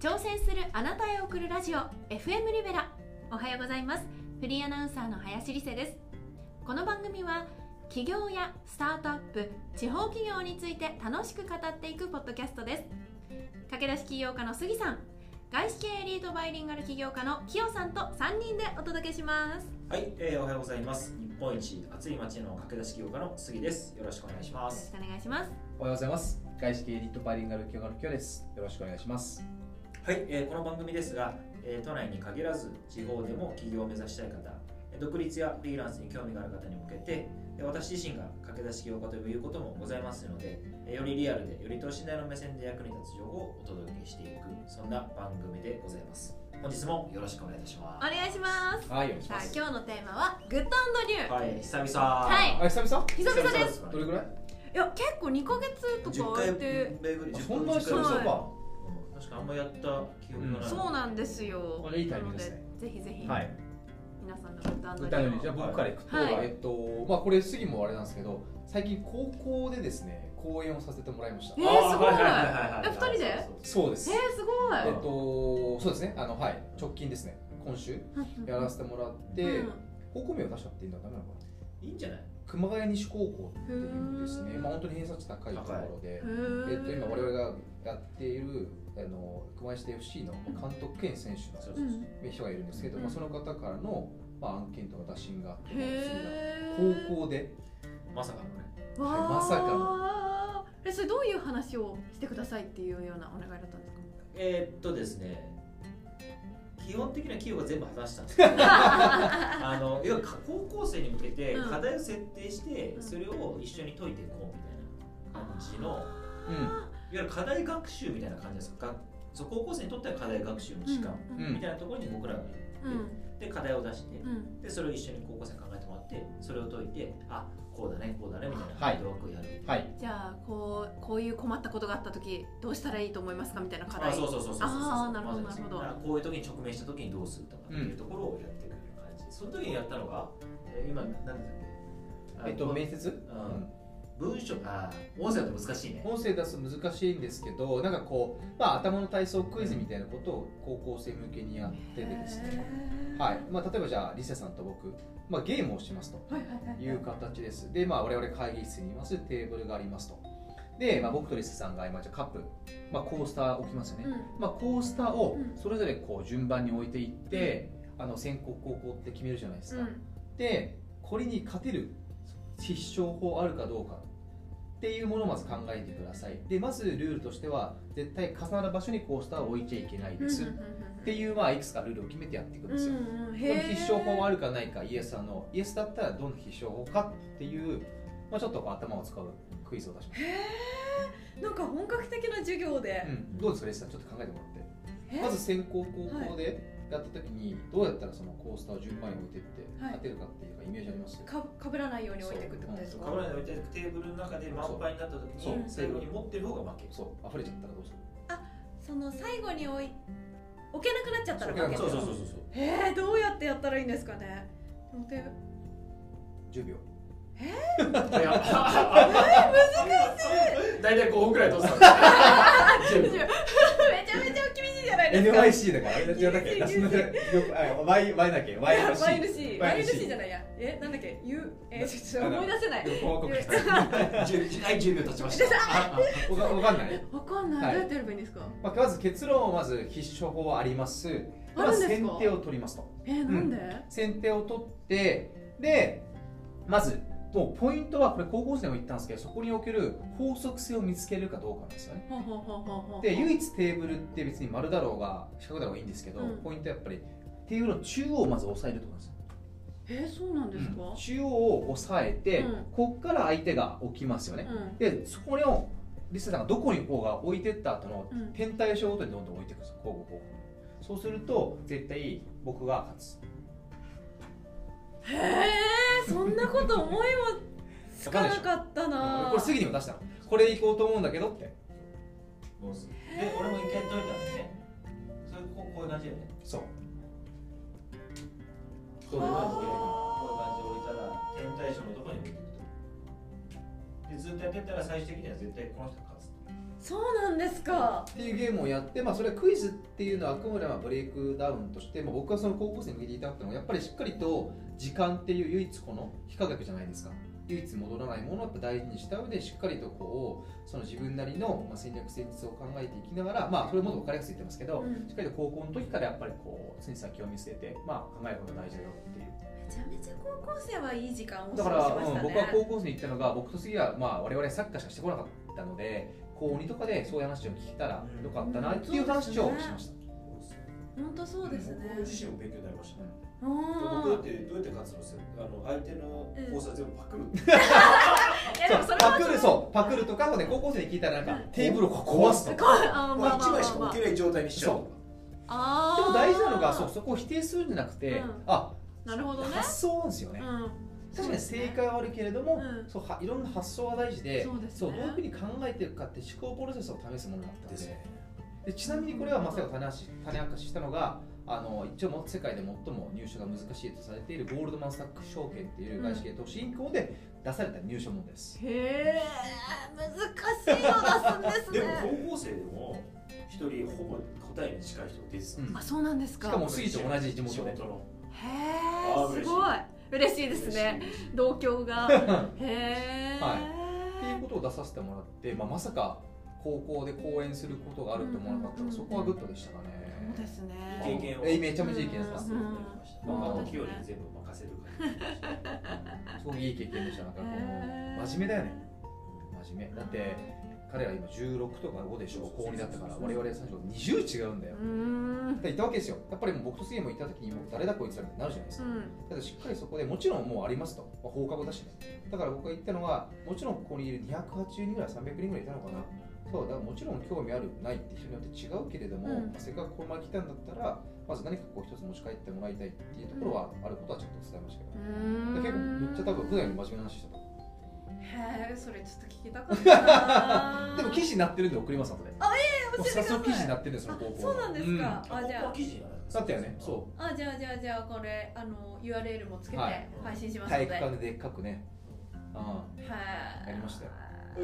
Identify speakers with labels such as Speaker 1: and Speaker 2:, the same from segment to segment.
Speaker 1: 挑戦するあなたへ送るラジオ FM リベラおはようございますフリーアナウンサーの林理瀬ですこの番組は企業やスタートアップ地方企業について楽しく語っていくポッドキャストです駆け出し起業家の杉さん外資系エリートバイリンガル起業家のキヨさんと3人でお届けします
Speaker 2: はい、えー、おはようございます。日本一暑い街の駆け出し業家の杉です。よろしくお願いしま
Speaker 1: よろし
Speaker 2: す。
Speaker 1: くお願いします
Speaker 3: おはようございます。外資系リットバイリンガル教科のきょです。よろしくお願いします。
Speaker 2: はい、えー、この番組ですが、えー都内に限らず地方でも起業を目指したい方、えー独立やフリーランスに興味がある方に向けて、えー私自身が駆け出し業家ということもございますので、えーよりリアルでより等身大の目線で役に立つ情報をお届けしていくそんな番組でございます。本日もよろしくお願いいたし
Speaker 1: お
Speaker 2: ます。
Speaker 1: 願いします
Speaker 3: はい、お願いし
Speaker 1: さ
Speaker 3: ま
Speaker 1: あ
Speaker 3: す。
Speaker 1: 今日のテーマはグッドニュー、
Speaker 2: はい、久々。
Speaker 1: は
Speaker 3: あ、久々
Speaker 1: 久々です
Speaker 2: す
Speaker 3: どれぐらい
Speaker 1: いや結構2ヶ月と
Speaker 2: 10
Speaker 1: か空いて
Speaker 2: 回目ぐらい
Speaker 3: あ
Speaker 2: 10
Speaker 3: そんな久々
Speaker 2: 回
Speaker 3: か。
Speaker 2: うん確かあんまやった記憶がない、
Speaker 1: そうなんですよ
Speaker 3: これいいタイミングですね
Speaker 1: なのぜひぜひ、
Speaker 3: はい。
Speaker 1: 皆さんの歌の
Speaker 3: 歌のようにじゃあ僕からいくと、
Speaker 1: はい
Speaker 3: えっと、まあこれ杉もあれなんですけど、最近高校でですね、講演をさせてもらいました
Speaker 1: え。ーすごい
Speaker 2: あーはははは
Speaker 1: え二人で
Speaker 3: そうです。え
Speaker 1: えー、すごい、
Speaker 3: っと、そうですね。あのはい、直近ですね。今週やらせてもらって
Speaker 1: うん、
Speaker 3: 高校名を出したっていいのはダメなのかな。
Speaker 2: いいんじゃない
Speaker 3: 熊谷西高校っていうです
Speaker 1: へ
Speaker 3: ね、
Speaker 1: ー
Speaker 3: まあ本当に偏差値高いところで。え
Speaker 1: え
Speaker 3: っと、今我々がやっているあの熊谷市 FC の監督兼選手
Speaker 2: そう
Speaker 3: の
Speaker 2: そうそう
Speaker 3: 人がいるんですけど、
Speaker 1: うん
Speaker 3: まあ、その方からの、まあ、案件とか打診があって、
Speaker 1: へー
Speaker 3: 高校で
Speaker 2: まさかのね
Speaker 1: わー
Speaker 3: まさか
Speaker 1: えそれどういう話をしてくださいっていうようなお願いだったんですか
Speaker 2: えーっとですね基本的な企業が全部話 したんですけどあの要は高校生に向けて
Speaker 1: うん
Speaker 2: 課題を設定して
Speaker 1: うん
Speaker 2: それを一緒に解いていこうみたいな感じのいわ
Speaker 1: あ
Speaker 2: ゆる課題学習みたいな感じですかがそう高校生にとっては課題学習の時間
Speaker 1: うん
Speaker 3: うん
Speaker 2: みたいなところに僕らが
Speaker 1: ーうん
Speaker 2: で課題を出して
Speaker 1: うん
Speaker 2: でそれを一緒に高校生に考えてもらってそれを解いてあこうだねこうだねみたいな
Speaker 3: はい
Speaker 2: フィードバックをやる、
Speaker 3: はい
Speaker 1: じゃあこうこういう困ったことがあった時どうしたらいいと思いますかみたいな課題
Speaker 2: あそうそうそうそうそうそう
Speaker 1: あーなるほど
Speaker 2: まさにそう
Speaker 1: なる
Speaker 2: だからこういう時に直面した時にどうするとかっていうところをやってくれる感じ、その時にやったのが、えー今何でしたっけ
Speaker 3: えっと
Speaker 2: あ
Speaker 3: 面接、
Speaker 2: 文章あー音声だと難しいね
Speaker 3: うん音声出すの難しいんですけどなんかこう、まあ、頭の体操クイズみたいなことを高校生向けにやっててですね、
Speaker 1: へー
Speaker 3: はいまあ、例えばじゃあリセさんと僕、まあ、ゲームをしますと。
Speaker 1: はいはいはい
Speaker 3: いう形です。で、まあ、我々会議室にいます、テーブルがありますと。で、まあ、僕とリスさんが今、じゃあカップ、まあ、コースター置きますよね。
Speaker 1: うん
Speaker 3: まあ、コースターを
Speaker 1: うん
Speaker 3: それぞれこう順番に置いていって、あの先行後攻って決めるじゃないですか。
Speaker 1: うん
Speaker 3: で、これに勝てる必勝法あるかどうかっていうものをまず考えてください。で、まずルールとしては、絶対重なる場所にコースターを置いちゃいけないです。っていう、まあ、いくつかルールを決めてやっていくんですよ。
Speaker 1: うんうんへ
Speaker 3: この
Speaker 1: ー
Speaker 3: 必勝法はあるかないかイエスあのイエスだったらどの必勝法かっていう、まあ、ちょっとこう頭を使うクイズを出しまし
Speaker 1: へーなんか本格的な授業で
Speaker 3: た、うん、どうですかレスさんちょっと考えてもらっ
Speaker 1: え
Speaker 3: てまず先行後攻でやった時にどうやったらそのコースターを順番に置いてって
Speaker 1: はい
Speaker 3: 当てるかっていうかイメージあります
Speaker 1: かかぶらないように置いていくってことです
Speaker 3: そう
Speaker 1: か
Speaker 2: カメラで置いてあるテーブルの中で満杯になった時
Speaker 3: そう
Speaker 2: に最後に持ってる方が負け
Speaker 3: そう溢れちゃったらどうする
Speaker 1: その最後に置い置けなくなっちゃったら負け
Speaker 3: そうそうそう
Speaker 2: そうそう
Speaker 1: へえどうやってやったらいいんですかねでもで
Speaker 3: 10秒
Speaker 2: いや 大体5分くらい通す からね
Speaker 1: めちゃめちゃ厳しいじゃないですか
Speaker 3: NYC だから NYC だ から
Speaker 1: 牛牛
Speaker 3: あ Y Y だっけ Y らしい
Speaker 1: ワイルシーワイルシ
Speaker 3: YLC
Speaker 1: ーじゃないやえなんだっけ U えちょっと思い出せない
Speaker 3: 報告
Speaker 1: え
Speaker 2: 10はい10秒経ちました
Speaker 3: わかわかんない
Speaker 1: わかんない、
Speaker 3: はい
Speaker 1: どうやってやればいいんですか
Speaker 3: まあ、まず結論をまず必勝法はあります。
Speaker 1: あるんですか
Speaker 3: まず先手を取りますと。
Speaker 1: えなんで、
Speaker 3: 先手を取って、で、まず、もうポイントは、これ高校生にも言ったんですけど、そこにおける法則性を見つけるかどうかなんですよね。
Speaker 1: ほうほうほうほうほう
Speaker 3: で、唯一テーブルって別に丸だろうが、四角だろうがいいんですけど、
Speaker 1: うん
Speaker 3: ポイントはやっぱりテーブルの中央をまず押さえるってことなんですよ。
Speaker 1: えそうなんですか、
Speaker 3: うん中央を押さえて、
Speaker 1: うん
Speaker 3: こっから相手が置きますよね。
Speaker 1: うん
Speaker 3: で、そこを、リスさんがどこにこうが置いてった後の
Speaker 1: うん
Speaker 3: 天体ショーごとにどんどん置いていくんですよ、交互交互そうすると絶対僕が勝つ
Speaker 1: へえそんなこと思いもつかなかったな
Speaker 3: これ杉にも出したのこれ行こうと思うんだけどって
Speaker 2: もうすで俺も一回解いたんでねそれこうこういう感じだよね
Speaker 3: そう
Speaker 2: こういう感じでこういう感じで置いたら天体ショーのところに置いていくとでずっとやってたら最終的には絶対この人が勝つと
Speaker 1: そうなんですか
Speaker 3: っていうゲームをやって、まあ、それはクイズっていうのはあくまでもブレイクダウンとして、まあ、僕はその高校生に向けて言いたかったのはやっぱりしっかりと時間っていう唯一この非科学じゃないですか唯一戻らないものを大事にした上でしっかりとこうその自分なりのまあ戦略戦術を考えていきながら、まあ、それもっと分かりやすく言ってますけど、
Speaker 1: うん
Speaker 3: しっかりと高校の時からやっぱりこう先生は気を見据えて、まあ、考えることが大事だよっていう
Speaker 1: めちゃめちゃ高校生はいい時間を過ご
Speaker 3: だか
Speaker 1: し
Speaker 3: ら、
Speaker 1: ました
Speaker 3: うん、
Speaker 1: ね
Speaker 3: 僕は高校生に行ったのが僕と次は、まあ、我々サッカーしかしてこなかったので高2とかでそういう話を聞けたらよかったなっていう話をしました、
Speaker 1: 本当そうですね
Speaker 2: 僕自身も勉強になりましたね。
Speaker 1: うん
Speaker 2: 僕どうやってどうやって活動するあの相手の考察全部パクるって
Speaker 1: えでもそ
Speaker 3: そ
Speaker 1: れ
Speaker 3: う
Speaker 1: は
Speaker 3: パクるそうパクるとかもね高校生に聞いたらなんか、
Speaker 1: うん
Speaker 3: テーブルを壊すとか
Speaker 1: こうあ
Speaker 2: ま
Speaker 1: ま
Speaker 2: あ
Speaker 1: あ
Speaker 2: 一
Speaker 1: まあま
Speaker 2: 枚
Speaker 1: あ
Speaker 2: しか
Speaker 1: ま
Speaker 2: 置けない状態にしちゃう
Speaker 3: そ
Speaker 1: あ
Speaker 3: でも大事なのがそう
Speaker 1: う
Speaker 3: そこを否定するんじゃなくて、
Speaker 1: うん
Speaker 3: あ
Speaker 1: なるほどね
Speaker 3: 発想なんですよ
Speaker 1: う
Speaker 3: ね、
Speaker 1: ん
Speaker 3: 確かに正解はあるけれども、
Speaker 1: うん
Speaker 3: そうはいろんな発想は大事で
Speaker 1: そうですね
Speaker 3: どういうふうに考えていくかって思考プロセスを試すものだったんで
Speaker 2: ですね
Speaker 3: でちなみにこれはまさか種明かし種明かししたのがあの一応も世界で最も入手が難しいとされているゴールドマン・サックス証券っていう外資系投資銀行で出された入手問です、
Speaker 1: へえ難しいの出すんで
Speaker 2: ですも
Speaker 1: ね
Speaker 2: 高校生でも一人ほぼ答えに近い人が出てた
Speaker 3: うん
Speaker 1: あそうなんですか
Speaker 3: しかも杉と同じ地元で
Speaker 2: 仕事の
Speaker 1: へ
Speaker 2: あ
Speaker 1: え
Speaker 2: ー
Speaker 1: すごい嬉しいですね
Speaker 2: 嬉しい
Speaker 1: 同居が
Speaker 3: っ
Speaker 1: へえ、
Speaker 3: はていうことを出させてもらって、まあ、まさか高校で講演することがあると思わなかった
Speaker 1: うんうんうん
Speaker 3: からそこはグッドでしたか
Speaker 1: そうで
Speaker 3: ね、
Speaker 1: す
Speaker 2: 経
Speaker 1: ね
Speaker 2: 験を
Speaker 3: えめちゃめちゃいい経験で
Speaker 1: う
Speaker 3: す
Speaker 1: ん
Speaker 2: そうなりました
Speaker 3: うん
Speaker 2: まあ器用に全部任せる感じでしたね
Speaker 3: すごくいい経験でしたなんかこ
Speaker 1: へー
Speaker 3: の真面目だよね真面目だって彼ら今16とか5でしょ高2だったから我々最初20違うんだよ
Speaker 1: う、ーん
Speaker 3: でいたわけですよやっぱりもう僕と杉も行った時に僕誰だこいつらってなるじゃないです
Speaker 1: う
Speaker 3: か、
Speaker 1: ん
Speaker 3: ただしっかりそこでもちろんもうありますと、まあ、放課後だしねだから僕が言ったのはもちろんここにいる280人ぐらい300人ぐらいいたのかなそうだからもちろん興味あるないって人によって違うけれども、
Speaker 1: うん
Speaker 3: まあせっかくここまで来たんだったらまず何かこう一つ持ち帰ってもらいたいっていうところはあることはちょっと伝えました
Speaker 1: う
Speaker 3: けど、
Speaker 1: ーん
Speaker 3: で結構めっちゃ多分普段より真面目な話してた
Speaker 1: へえそれちょっと聞きたかったな
Speaker 3: でも記事になってるんで送ります後で
Speaker 1: あ
Speaker 3: もう
Speaker 1: 教えてくださ
Speaker 3: 早
Speaker 1: い
Speaker 3: 速記事になってるんですその高校
Speaker 1: あそうなんですか、あじ
Speaker 2: ここは
Speaker 1: ゃ
Speaker 2: 記事にならない
Speaker 3: だったよねそう
Speaker 1: ああじゃあじゃあじゃあこれあの URL もつけて
Speaker 3: はい
Speaker 1: 配信しますので、
Speaker 3: 体育館ででっかくね、うん、
Speaker 1: はい
Speaker 3: やりましたよ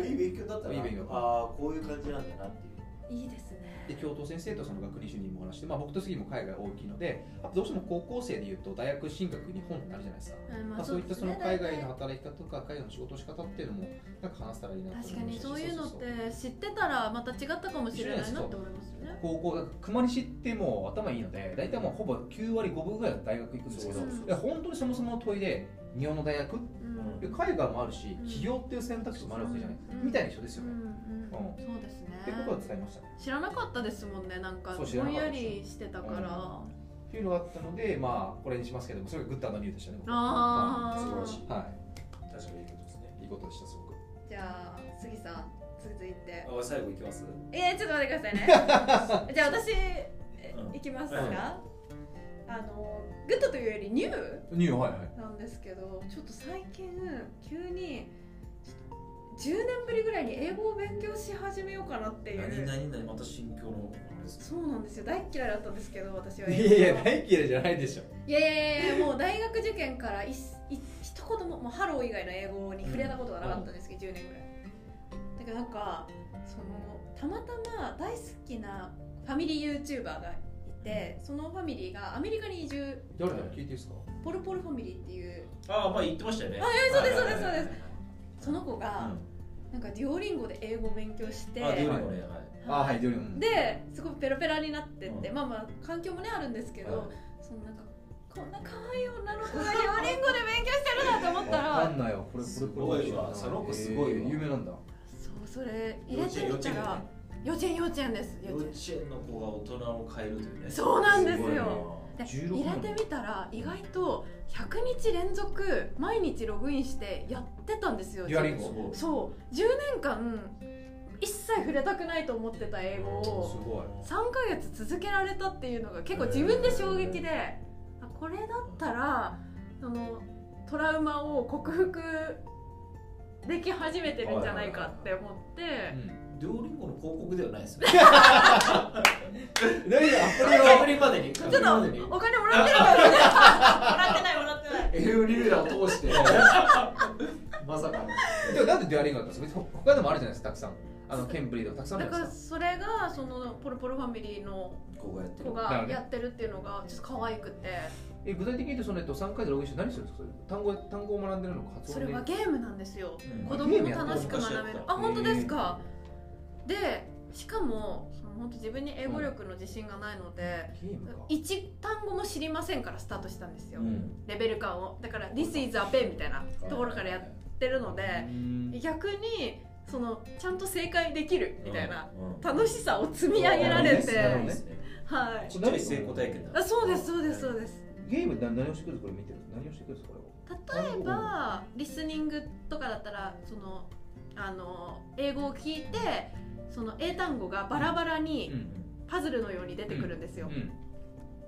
Speaker 2: いい勉強だったない
Speaker 3: い勉強
Speaker 2: ああこういう感じなんだなっていう
Speaker 1: いいですね
Speaker 3: で教頭先生とその学理主任も話して、まあ、僕と杉も海外大きいのであとどうしても高校生でいうと大学進学日本になるじゃないですか、
Speaker 1: うん
Speaker 3: まあ、そういったその海外の働き方とか海外の仕事の仕方っていうのもなんか話せたらいいなと
Speaker 1: 確か
Speaker 3: 思い
Speaker 1: に
Speaker 3: ましたし
Speaker 1: そういうのっ
Speaker 3: そうそう
Speaker 1: て知ってたらまた違ったかもしれないなって思いますよね
Speaker 3: 高校だから熊西ってもう頭いいので大体もうほぼ9割5分ぐらいの大学行くんですけど
Speaker 1: そうそう
Speaker 3: いや本当にそもそもの問いで日本の大学
Speaker 1: うん
Speaker 3: で海外もあるし
Speaker 1: うん
Speaker 3: 起業っていう選択肢もあるわけじゃないですか、
Speaker 1: うん
Speaker 3: みたいな人です
Speaker 1: う
Speaker 3: よ
Speaker 1: ん
Speaker 3: ね、
Speaker 1: うんそうですね
Speaker 3: ってことは伝えましたね
Speaker 1: 知らなかったですもんねなんか
Speaker 3: そ
Speaker 1: ぼ
Speaker 3: う知らなんかっ
Speaker 1: や
Speaker 3: たです
Speaker 1: りしてたから、
Speaker 3: うんっていうのがあったのでまあこれにしますけどもそれがグッドの理由でしたね僕
Speaker 1: あー
Speaker 2: 素晴らしい
Speaker 3: はい
Speaker 2: 確かにいいことですね
Speaker 3: いいことでしたすごく
Speaker 1: じゃあ杉さん続いて
Speaker 2: あ最後いきます
Speaker 1: えー、ちょっと待ってください ねじゃあ私え
Speaker 2: うん
Speaker 1: いきます
Speaker 3: うん
Speaker 1: が、あのグッドというよりニュー
Speaker 3: ニューはいはい
Speaker 1: なんですけどちょっと最近急にちょっと10年ぶりぐらいに英語を勉強し始めようかなっていう
Speaker 2: 何何何また心境のあれです
Speaker 1: そうなんですよ大っ嫌いだったんですけど私は英語
Speaker 3: いやいや大嫌いじゃないでしょ
Speaker 1: いやいやいやいやもう大学受験からいい一言ももうハロー以外の英語に触れたことがなかったんですけど、10年ぐらいだけどなんかそのたまたま大好きなファミリー YouTuber がいてそのファミリーがアメリカに移住
Speaker 3: 誰だろう聞いていいですか
Speaker 1: ポルポルファミリーっていう
Speaker 2: ああまあ言ってましたよねあ
Speaker 1: そうです
Speaker 2: はいはいはい
Speaker 1: そうその子が、なんかデュオリンゴで英語を勉強して
Speaker 2: あデュオ
Speaker 1: は
Speaker 2: リンゴねはい
Speaker 1: い
Speaker 3: あはいどれも
Speaker 1: ですごいペラペラになってって、
Speaker 2: うん
Speaker 1: まあまあ環境もねあるんですけど、
Speaker 2: はい
Speaker 1: そのなんかこんな可愛い女の 子がデュオリンゴで勉強してるなと思った
Speaker 3: わからんないよこれこれこれ
Speaker 2: すごいわその子すごいわ
Speaker 3: えー有名なんだ
Speaker 1: そうそれ入
Speaker 2: 幼
Speaker 1: れ
Speaker 2: 稚
Speaker 1: て
Speaker 2: 園幼
Speaker 1: み
Speaker 2: 稚
Speaker 1: た
Speaker 2: 園
Speaker 1: ら幼稚園幼稚園です幼
Speaker 2: 幼
Speaker 1: 稚
Speaker 2: 稚
Speaker 1: 園
Speaker 2: 園の子が大人を変えるというね
Speaker 1: そうなんですよ
Speaker 2: ごいな
Speaker 1: で
Speaker 3: 16
Speaker 1: 入れてみたら意外と100日連続毎日ログインしてやってたんですよ
Speaker 3: デュアリン
Speaker 2: す
Speaker 3: ゴ
Speaker 2: ごい
Speaker 1: そう10年間一切触れたくないと思ってた英語
Speaker 3: す
Speaker 1: を
Speaker 3: ごい
Speaker 1: 3ヶ月続けられたっていうのが結構自分で衝撃であこれだったらそのトラウマを克服でき始めてるんじゃないかって思って。
Speaker 2: デュオリンゴの広告ではないですよね確
Speaker 3: 何でアプリを
Speaker 2: 認までに確
Speaker 1: ちょっ
Speaker 2: 認
Speaker 1: と
Speaker 2: までに
Speaker 1: お金もらってるからねもらってないもらってない
Speaker 2: F リーダーを通してまさかの
Speaker 3: でもなんでデュアリングだったんですか別に他でもあるじゃないですかたくさんあのケンブリーでもたくさんあ
Speaker 1: だ
Speaker 3: るじゃ
Speaker 1: か
Speaker 3: ない
Speaker 1: ら
Speaker 3: ですか
Speaker 1: それがそのポロポロファミリーの
Speaker 2: ここやってる
Speaker 1: 子がやってるっていうのがちょっと可愛くて
Speaker 3: え具体的に言うとその、えっと、3回でログインして何するんですかそれ単語単語を学んでるのか発
Speaker 1: そ
Speaker 3: 音で
Speaker 1: れはゲームなんですよ
Speaker 2: うん
Speaker 1: 子供も楽しく学べるあ
Speaker 2: あ
Speaker 1: 本当ですかでしかもその本当自分に英語力の自信がないので
Speaker 3: ゲームか
Speaker 1: 一単語も知りませんからスタートしたんですよ
Speaker 2: うん
Speaker 1: レベル感をだから「This is a pen」みたいなところからやってるの
Speaker 3: う
Speaker 1: で
Speaker 3: ん
Speaker 1: 逆にそのちゃんと正解できるみたいな
Speaker 2: うんうん
Speaker 1: 楽しさを積み上げられ
Speaker 3: そう
Speaker 1: て
Speaker 3: なるほどね
Speaker 1: はい
Speaker 2: ちっちゃい成功体験だ
Speaker 1: あそうですそうですそうです
Speaker 3: ゲームって何をしてくるんですかこれ見てる何をしてくるんですかこれは
Speaker 1: 例えばリスニングとかだったらそのあの英語を聞いてその英単語がバラバラにパズルのように出てくるんですよ、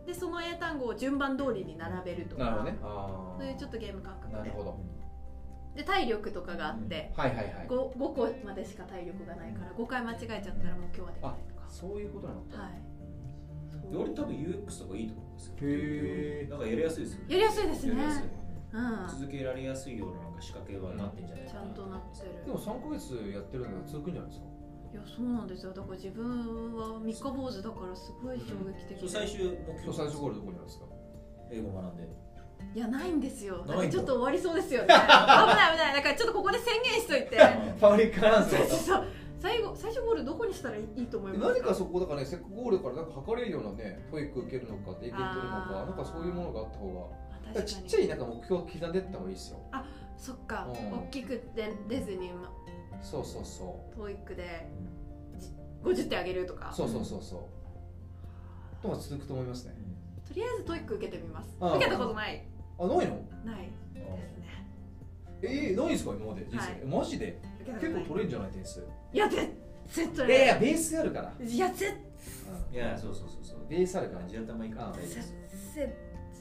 Speaker 1: でその英単語を順番通りに並べるとか
Speaker 3: なるほどねあ
Speaker 1: そういうちょっとゲーム感
Speaker 3: あな
Speaker 1: 覚
Speaker 3: る
Speaker 1: で
Speaker 3: ほど
Speaker 1: で体力とかがあって、
Speaker 3: はいはいはい
Speaker 1: 5, 5個までしか体力がないから5回間違えちゃったらもう今日はできないとか
Speaker 3: そういうことなの
Speaker 1: はい
Speaker 2: で俺多分 UX とかいいと思うんですよ
Speaker 3: へー
Speaker 2: なんかやりやすいですよ
Speaker 1: やりやすいですね
Speaker 2: やりやすい
Speaker 1: うん
Speaker 2: 続けられやすいようななんか仕掛けはなってんじゃないか
Speaker 1: ちゃ
Speaker 2: なん
Speaker 1: となってる
Speaker 3: でも3ヶ月やってるのが続くんじゃないですか
Speaker 1: いやそうなんですよだから自分は三日坊主だからすごい衝撃的
Speaker 2: そう
Speaker 1: で
Speaker 2: 最終目
Speaker 3: 今
Speaker 2: 標
Speaker 3: 日最初ゴールどこにあるんですか
Speaker 2: 英語学んで
Speaker 1: いやないんですよ。
Speaker 2: な
Speaker 1: ないんか
Speaker 2: の
Speaker 1: ちょっと終わりそう ですよね。危ない危ない。だからちょっとここで宣言しといて。
Speaker 3: パブリックアナウン
Speaker 1: そうそうそう。最後最初ゴールどこにしたらいいと思います
Speaker 3: 何かそこだからねせっかくゴールだからなんか測れるようなね保育受けるのか英検取るのか
Speaker 1: あー
Speaker 3: なんかそういうものがあった方が
Speaker 1: あ確か
Speaker 3: だか
Speaker 1: らに。
Speaker 3: ちっちゃいなんか目標を刻んでった方がいいですよ
Speaker 1: そっか。
Speaker 3: うん
Speaker 1: 大きくで出ずにま
Speaker 3: そうそうそ
Speaker 1: トーイックでじ50点あげるとか
Speaker 3: う。そうそうそうそうとか続くと思いますね
Speaker 1: とりあえずトーイック受けてみます。
Speaker 3: うん
Speaker 1: 受けたことない
Speaker 3: あないの
Speaker 1: ないですね。
Speaker 3: えー、ないんですか今まで人生、
Speaker 1: はい
Speaker 3: マジで
Speaker 1: 受けたこと
Speaker 3: 結
Speaker 1: ない
Speaker 3: 構取れんじゃない点数
Speaker 1: いや絶絶対取
Speaker 3: いやい
Speaker 1: れな
Speaker 3: やベースあるから、
Speaker 1: い。いや絶
Speaker 2: いやそうそうそうそう
Speaker 3: ベースあるから
Speaker 2: 地頭いいから大事で
Speaker 1: 絶
Speaker 2: す
Speaker 1: 絶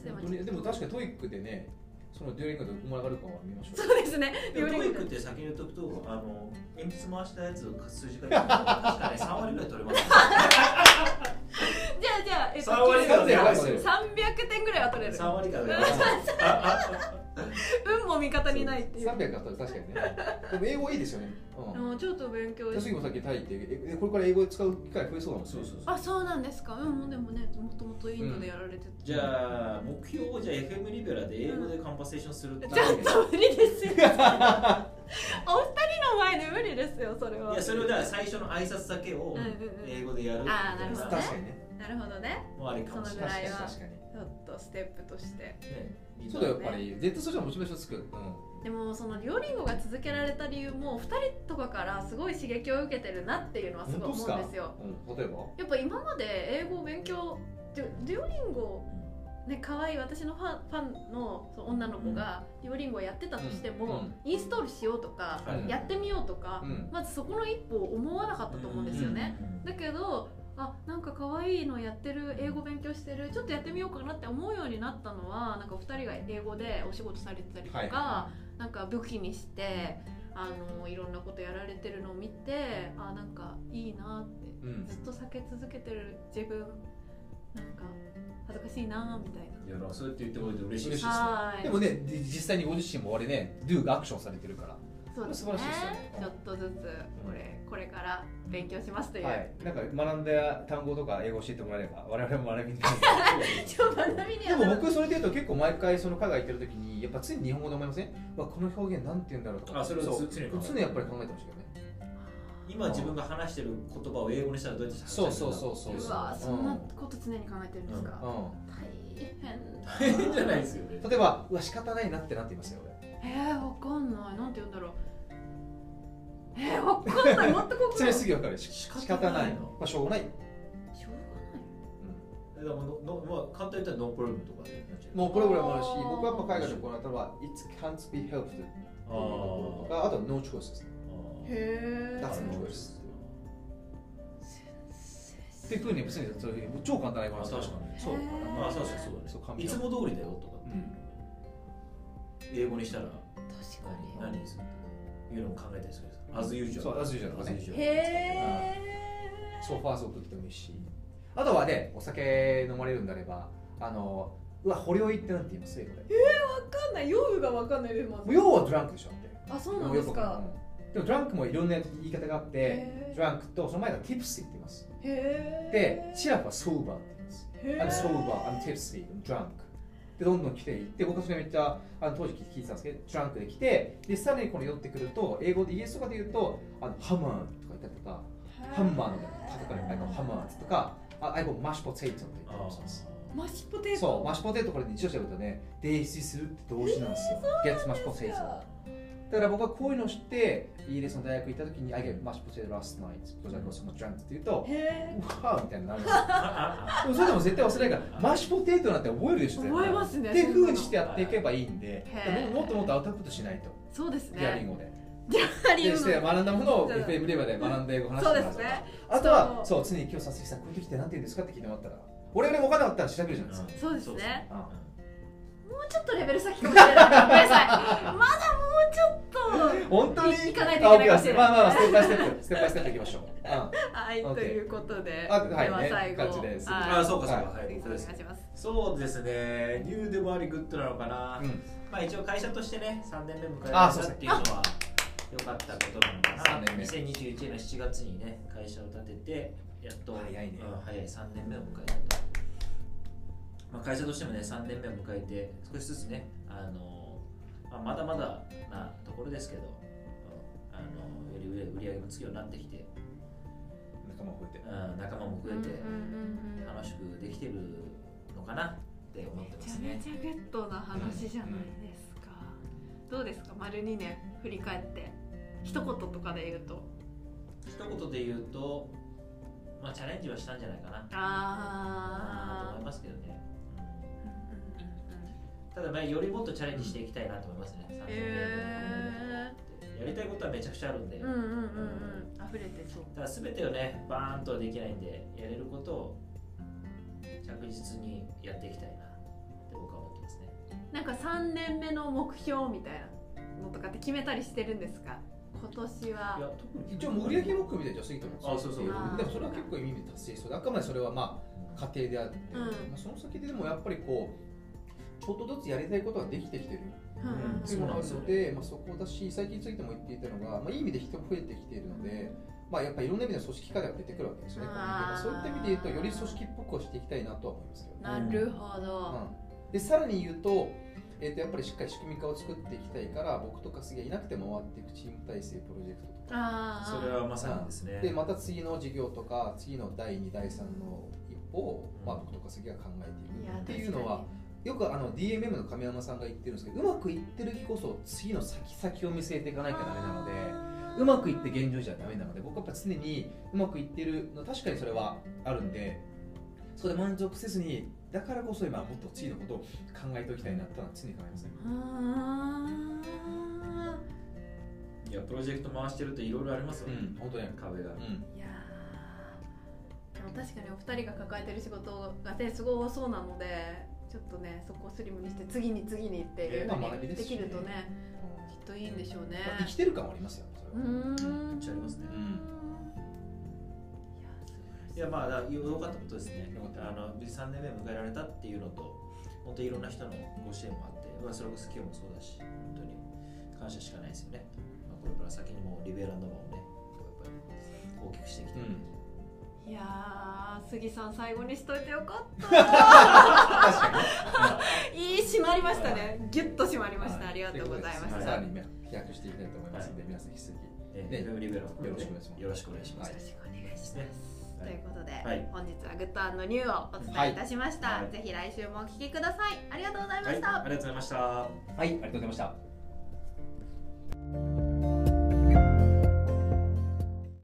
Speaker 1: でも
Speaker 3: 本当にでも確かにトイックでねそのデュオリンゴでどこまで上がるかは見ましょう
Speaker 1: そうですね。
Speaker 2: でもトイックって先に言っとくとあの鉛筆回したやつを数字が確かね3割ぐらい取れます
Speaker 1: じゃあじゃあえっと
Speaker 2: 3割
Speaker 3: か
Speaker 2: からら
Speaker 3: や
Speaker 2: や
Speaker 3: ば
Speaker 2: ばいで
Speaker 3: いっ
Speaker 2: すす
Speaker 3: よ
Speaker 2: よ
Speaker 1: 300点ぐらい は取れる
Speaker 2: 3割から やばいですよ
Speaker 1: 運も味方にないっていう
Speaker 3: 300だったら確かにねでも英語いいですよねうん
Speaker 1: もうちょっと勉強
Speaker 3: 私もさっきタイってええこれから英語使う機会増えそうだもんね
Speaker 2: そうそうそう
Speaker 1: あそうなんですかうんでもねもともとインドでやられてて、
Speaker 2: じゃあ目標をじゃあ FM リベラで英語でカンパセーションするって
Speaker 1: ちょっと無理ですよお二人 の前で無理ですよそれはい
Speaker 2: やそれをじゃあ最初の挨拶だけを英語でやるって
Speaker 1: あーなるほどね
Speaker 3: 確かにね
Speaker 1: なるほどね
Speaker 2: もうありかもしれ
Speaker 1: ぐ
Speaker 2: ない
Speaker 1: らいは
Speaker 3: 確かに
Speaker 1: ちょっとステップとして
Speaker 2: ですね
Speaker 3: そうだよやっぱり絶対そっちの方がモチベーションつく、うん、
Speaker 1: でもその両リンゴが続けられた理由も二人とかからすごい刺激を受けてるなっていうのはすごい思うんですよ
Speaker 3: うん、例えば
Speaker 1: やっぱ今まで英語を勉強デュデュオリンゴね可愛い私のファンファンのその女の子がデュオリンゴをやってたとしても、
Speaker 3: うん
Speaker 1: インストールしようとか、
Speaker 2: はい
Speaker 1: やってみようとか、
Speaker 3: うん
Speaker 1: まずそこの一歩を思わなかったと思うんですよね、だけどあなんか可愛いのやってる英語勉強してるちょっとやってみようかなって思うようになったのはなんかお二人が英語でお仕事されてたりとか、
Speaker 3: は
Speaker 1: なんか武器にしてあのいろんなことやられてるのを見てあなんかいいなって
Speaker 3: うん
Speaker 1: ずっと避け続けてる自分なんか恥ずかしいなみたい
Speaker 2: いやだからそうやって言ってもらえて嬉しいです
Speaker 1: な。
Speaker 2: ね
Speaker 1: はーい。
Speaker 3: でもねで実際にご自身もあれね Do がアクションされてるから
Speaker 1: そうです
Speaker 3: 素晴
Speaker 1: ね
Speaker 3: らしいですよね。
Speaker 1: ちょっとずつこれこれから勉強しますという。
Speaker 3: はい、なんか学んだ単語とか英語教えてもらえれば我々も学びになる
Speaker 1: ちょっと学びに
Speaker 3: で
Speaker 1: は
Speaker 3: も
Speaker 1: なる
Speaker 3: 僕それで言うと結構毎回その海外行ってる時にやっぱ常に日本語で思いません、まあ、この表現なんて言うんだろうとか
Speaker 2: あそれ
Speaker 3: そ
Speaker 2: を
Speaker 3: う
Speaker 2: 常に考えて
Speaker 3: 常にやっぱり考えてましたけどね
Speaker 2: 今自分が話してる言葉を英語にしたらどうやって話してる
Speaker 3: そうん
Speaker 2: だ
Speaker 3: そうそうそう
Speaker 1: うわそんなこと常に考えてるんですか。
Speaker 3: う
Speaker 1: 大変だ。
Speaker 2: 大変じゃないですよね
Speaker 3: ん、例えばうわ仕方ないなってなっていますよ
Speaker 1: えー、わかんない。なんて言うんだろう。えー、わかんない。全くわか
Speaker 3: 俺
Speaker 1: ん
Speaker 3: そ
Speaker 1: な
Speaker 3: れ
Speaker 1: い。
Speaker 3: す
Speaker 1: しょ
Speaker 3: ぐ分かるし
Speaker 2: 仕
Speaker 3: 仕方ない
Speaker 2: の
Speaker 3: まあしょうがない、
Speaker 1: う
Speaker 2: だからもうのの、まあ、簡単に言ったらノープロブレムとかでなっちゃう
Speaker 3: もうプログラムもあるし
Speaker 1: あー
Speaker 3: 僕はやっぱ海外で行ったのは「It can't be helped」っていうところと
Speaker 2: あ
Speaker 3: かあとは「No choice」ですね
Speaker 2: ーあ
Speaker 1: がない。へえ。
Speaker 3: 脱毛ですっていうふうに別にそれ超簡単な英語なんですよ
Speaker 2: 確かに
Speaker 3: そう
Speaker 1: へー
Speaker 2: まあそうそうそうだね
Speaker 3: そう紙
Speaker 2: い
Speaker 3: を
Speaker 2: つも通りだよとかっていう、英語にしたら
Speaker 1: 確か
Speaker 2: 何
Speaker 1: に。
Speaker 2: 何にするっていうのも考えたりするんですよ as usual
Speaker 3: そう as usual とかね
Speaker 2: as usual
Speaker 1: へー
Speaker 3: ソファーソープってもいいしあとはねお酒飲まれるんだればあのうわ保養いってなんて言います英語で
Speaker 1: わかんない。用具がわかんないです。まず
Speaker 3: 要はドランクでしょって
Speaker 1: あ、そうなんです
Speaker 3: も
Speaker 1: か。
Speaker 3: うよくでもドランクもいろんな言い方があって
Speaker 1: へ
Speaker 3: ドランクとその前がティプスって言ってます
Speaker 1: えへ
Speaker 3: で
Speaker 1: え
Speaker 3: シラフはソーバーって言います
Speaker 1: へえ
Speaker 3: I'm sober, I'm tipsy, I'm drunk でどんどん来ていって僕はそれめっちゃあの当時聞いてたんですけどドランクで来てでさらにこの寄ってくると英語でイギリスとかで言うとあのハマーとか言ったりとかハンマーの叩かれたりとかハマーとかああいこマッシュポテイトって言ったりもします
Speaker 1: マッシュポテト
Speaker 3: そう、マッシュポテトこれ日常調べるとね、泥酔するって動詞なんですよ。Get mashed potato だから僕はこういうのを知って、イギリスの大学行った時に、I get mashed potato last night, because I got so much drunk って言うと、
Speaker 1: へえ
Speaker 3: うわーみたいになるんですよ。でもそれでも絶対忘れないから、マッシュポテトなんて覚えるでしょ、絶対
Speaker 1: 覚えますね
Speaker 3: って
Speaker 1: そんな
Speaker 3: 風
Speaker 1: の
Speaker 3: にしてやっていけばいいんで、
Speaker 1: へー
Speaker 3: でももっともっとアウトプットしないと、
Speaker 1: そうですね
Speaker 3: リアリンゴで。
Speaker 1: ハリ
Speaker 3: で
Speaker 1: ウ
Speaker 3: し
Speaker 1: ッ
Speaker 3: て
Speaker 1: ドの
Speaker 3: 学んだものを
Speaker 1: そう
Speaker 3: FM レバーで学んで英語話
Speaker 1: そう
Speaker 3: して
Speaker 1: で
Speaker 3: もらう
Speaker 1: す
Speaker 3: とか
Speaker 1: ね
Speaker 3: あとは、そう、常に今日さすきさん、こういう時ってなんて言うんですかって聞いてもらったら、俺がね、分からなかったら調べるじゃないですか。
Speaker 1: そうですね
Speaker 3: うん
Speaker 1: もうちょっとレベル先かもしれないごめんなさいま だもうちょっと
Speaker 3: 本当に
Speaker 1: 行かないといけないかもしれない
Speaker 3: あ OK まあまあ、ステップバイステップ、ステップバイステップいきましょう。 うん、あ
Speaker 1: はい、
Speaker 3: OK
Speaker 1: ということで、
Speaker 3: あはい
Speaker 1: では
Speaker 3: ね
Speaker 1: 最後、
Speaker 3: 感じです
Speaker 1: はい、
Speaker 2: ああそうかそうか、はい
Speaker 1: お
Speaker 2: そう
Speaker 1: 願
Speaker 2: で
Speaker 1: い
Speaker 2: す
Speaker 1: します。
Speaker 2: そうですねニューでもありグッドなのかな、
Speaker 3: うん
Speaker 2: まあ一応会社としてね3年目迎え
Speaker 3: あ
Speaker 2: ら
Speaker 3: ー
Speaker 2: れ
Speaker 3: そう
Speaker 2: たって
Speaker 3: ですね
Speaker 2: いうのは良かったことなのか
Speaker 3: 三
Speaker 2: な
Speaker 3: 年目
Speaker 2: 2021年の7月にね会社を立ててやっと
Speaker 3: 早いね
Speaker 2: うん早い3年目を迎えたと、まあ、会社としてもね3年目を迎えて少しずつねあの、まあ、まだまだなところですけど、うんあのより売り上げもつくようになってきて、
Speaker 3: 仲間を超えて。
Speaker 2: うん仲間も増えて楽しくできてるのかなって思ってま
Speaker 1: めち
Speaker 2: す
Speaker 1: ゃめ
Speaker 2: ね
Speaker 1: ちゃゲットな話じゃないですか。どうですか、丸二年振り返って、一言とかで言うと、
Speaker 2: 一言で言うと、まあ、チャレンジはしたんじゃないかななと
Speaker 1: あ
Speaker 2: 思い
Speaker 1: あ、
Speaker 2: ますけどね、ただまあよりもっとチャレンジしていきたいなと思いますね、30年
Speaker 1: え
Speaker 2: やりたいことはめちゃくちゃあるんで、
Speaker 1: ー、うんうんうんうん、溢れてそう。
Speaker 2: ただ全てをねバーンとはできないんでやれることを着実にやっていきたいなって僕は思ってますね
Speaker 1: なんか三年目の目標みたいなのとかって決めたりしてるんですか。今年
Speaker 2: いや
Speaker 1: は、
Speaker 2: 特に
Speaker 3: 一応、盛り上げ目標みたいな女性いいと思うんですよ。
Speaker 2: あそうそう
Speaker 1: あー
Speaker 3: でもそれは結構意味で達成しそうで、あくまでそれはまあ、家庭であって、
Speaker 1: うん
Speaker 3: まあその先ででもやっぱりこう、ちょっとずつやりたいことができてきてる
Speaker 1: うんうんうん
Speaker 3: っていうのがある
Speaker 2: そうな
Speaker 3: の
Speaker 2: んです
Speaker 3: で、まあ、そこだし、最近についても言っていたのが、まあ、いい意味で人が増えてきているので、まあ、やっぱりいろんな意味で組織化では出てくるわけですよね、
Speaker 1: あー
Speaker 3: そういった意味で言うと、より組織っぽくはしていきたいなとは思いますけどね
Speaker 1: なるほど。
Speaker 3: でさらに言うと,、えー、とやっぱりしっかり仕組み化を作っていきたいから僕とか杉がいなくても回っていくチーム体制プロジェクトとか
Speaker 1: ああ、
Speaker 2: それはまさにですね
Speaker 3: でまた次の事業とか次の第2第3の一歩を、まあ、僕とか杉が考えていく
Speaker 1: や
Speaker 3: っていうのはよくあの DMM の亀山さんが言ってるんですけどうまくいってる日こそ次の先先を見据えていかないとダメなので。うまくいって現状じゃダメなので僕はやっぱ常にうまくいってるの確かにそれはあるんでそこで満足せずにだからこそ今もっと次のことを考えておきたいなとは常に考えますね
Speaker 1: あー
Speaker 2: いやプロジェクト回してるといろいろありますよ
Speaker 3: う
Speaker 2: ね、
Speaker 3: ん本当ね
Speaker 2: 壁が、
Speaker 3: う
Speaker 1: いやーでも確かにお二人が抱えてる仕事がねすごい多そうなのでちょっとねそこをスリムにして次に次にっていう
Speaker 3: えー
Speaker 1: ふう
Speaker 3: まあ学び
Speaker 1: に
Speaker 3: で
Speaker 1: で
Speaker 3: すしね
Speaker 1: きるとねきっといいんでしょうね
Speaker 3: まあ生きてる感はありますよそうれは
Speaker 1: ー
Speaker 2: めっ
Speaker 1: ん
Speaker 2: ちゃありますね
Speaker 1: いや素
Speaker 2: いやまあだ良かったことですね
Speaker 3: 良かっ。た
Speaker 2: あの無事3年目迎えられたっていうのと、本当にいろんな人のご支援もあって、まあそれこそ今日もそうだし、本当に感謝しかないですよね。まあこれから先にもうリベランドマンをね、やっぱり大きくしていきたい。
Speaker 3: うん
Speaker 1: 晴らしいいやー杉さん最後にしといてよか った
Speaker 3: 確かに
Speaker 1: いい締まりましたねギュッと締まりました、
Speaker 3: は
Speaker 1: ありがとうございました、
Speaker 2: は
Speaker 3: とうことで
Speaker 2: い
Speaker 3: さらにね飛躍していきたいと思いますので、皆さん引き続き
Speaker 2: え
Speaker 3: ね
Speaker 2: ね、FM リベランド
Speaker 3: よろしくお願いします
Speaker 2: よろしくお願いしま
Speaker 1: よ
Speaker 2: す
Speaker 1: ろ。しくお願いします。
Speaker 2: はい
Speaker 1: ということで、
Speaker 2: はい
Speaker 1: 本日はグッドアンドニューをお伝えいたしました。
Speaker 2: はい
Speaker 1: ぜひ来週もお聞きください。ありがとうございま
Speaker 2: はい、
Speaker 1: し
Speaker 2: あり
Speaker 1: た。
Speaker 2: がとうございました。
Speaker 3: はいありがとうございました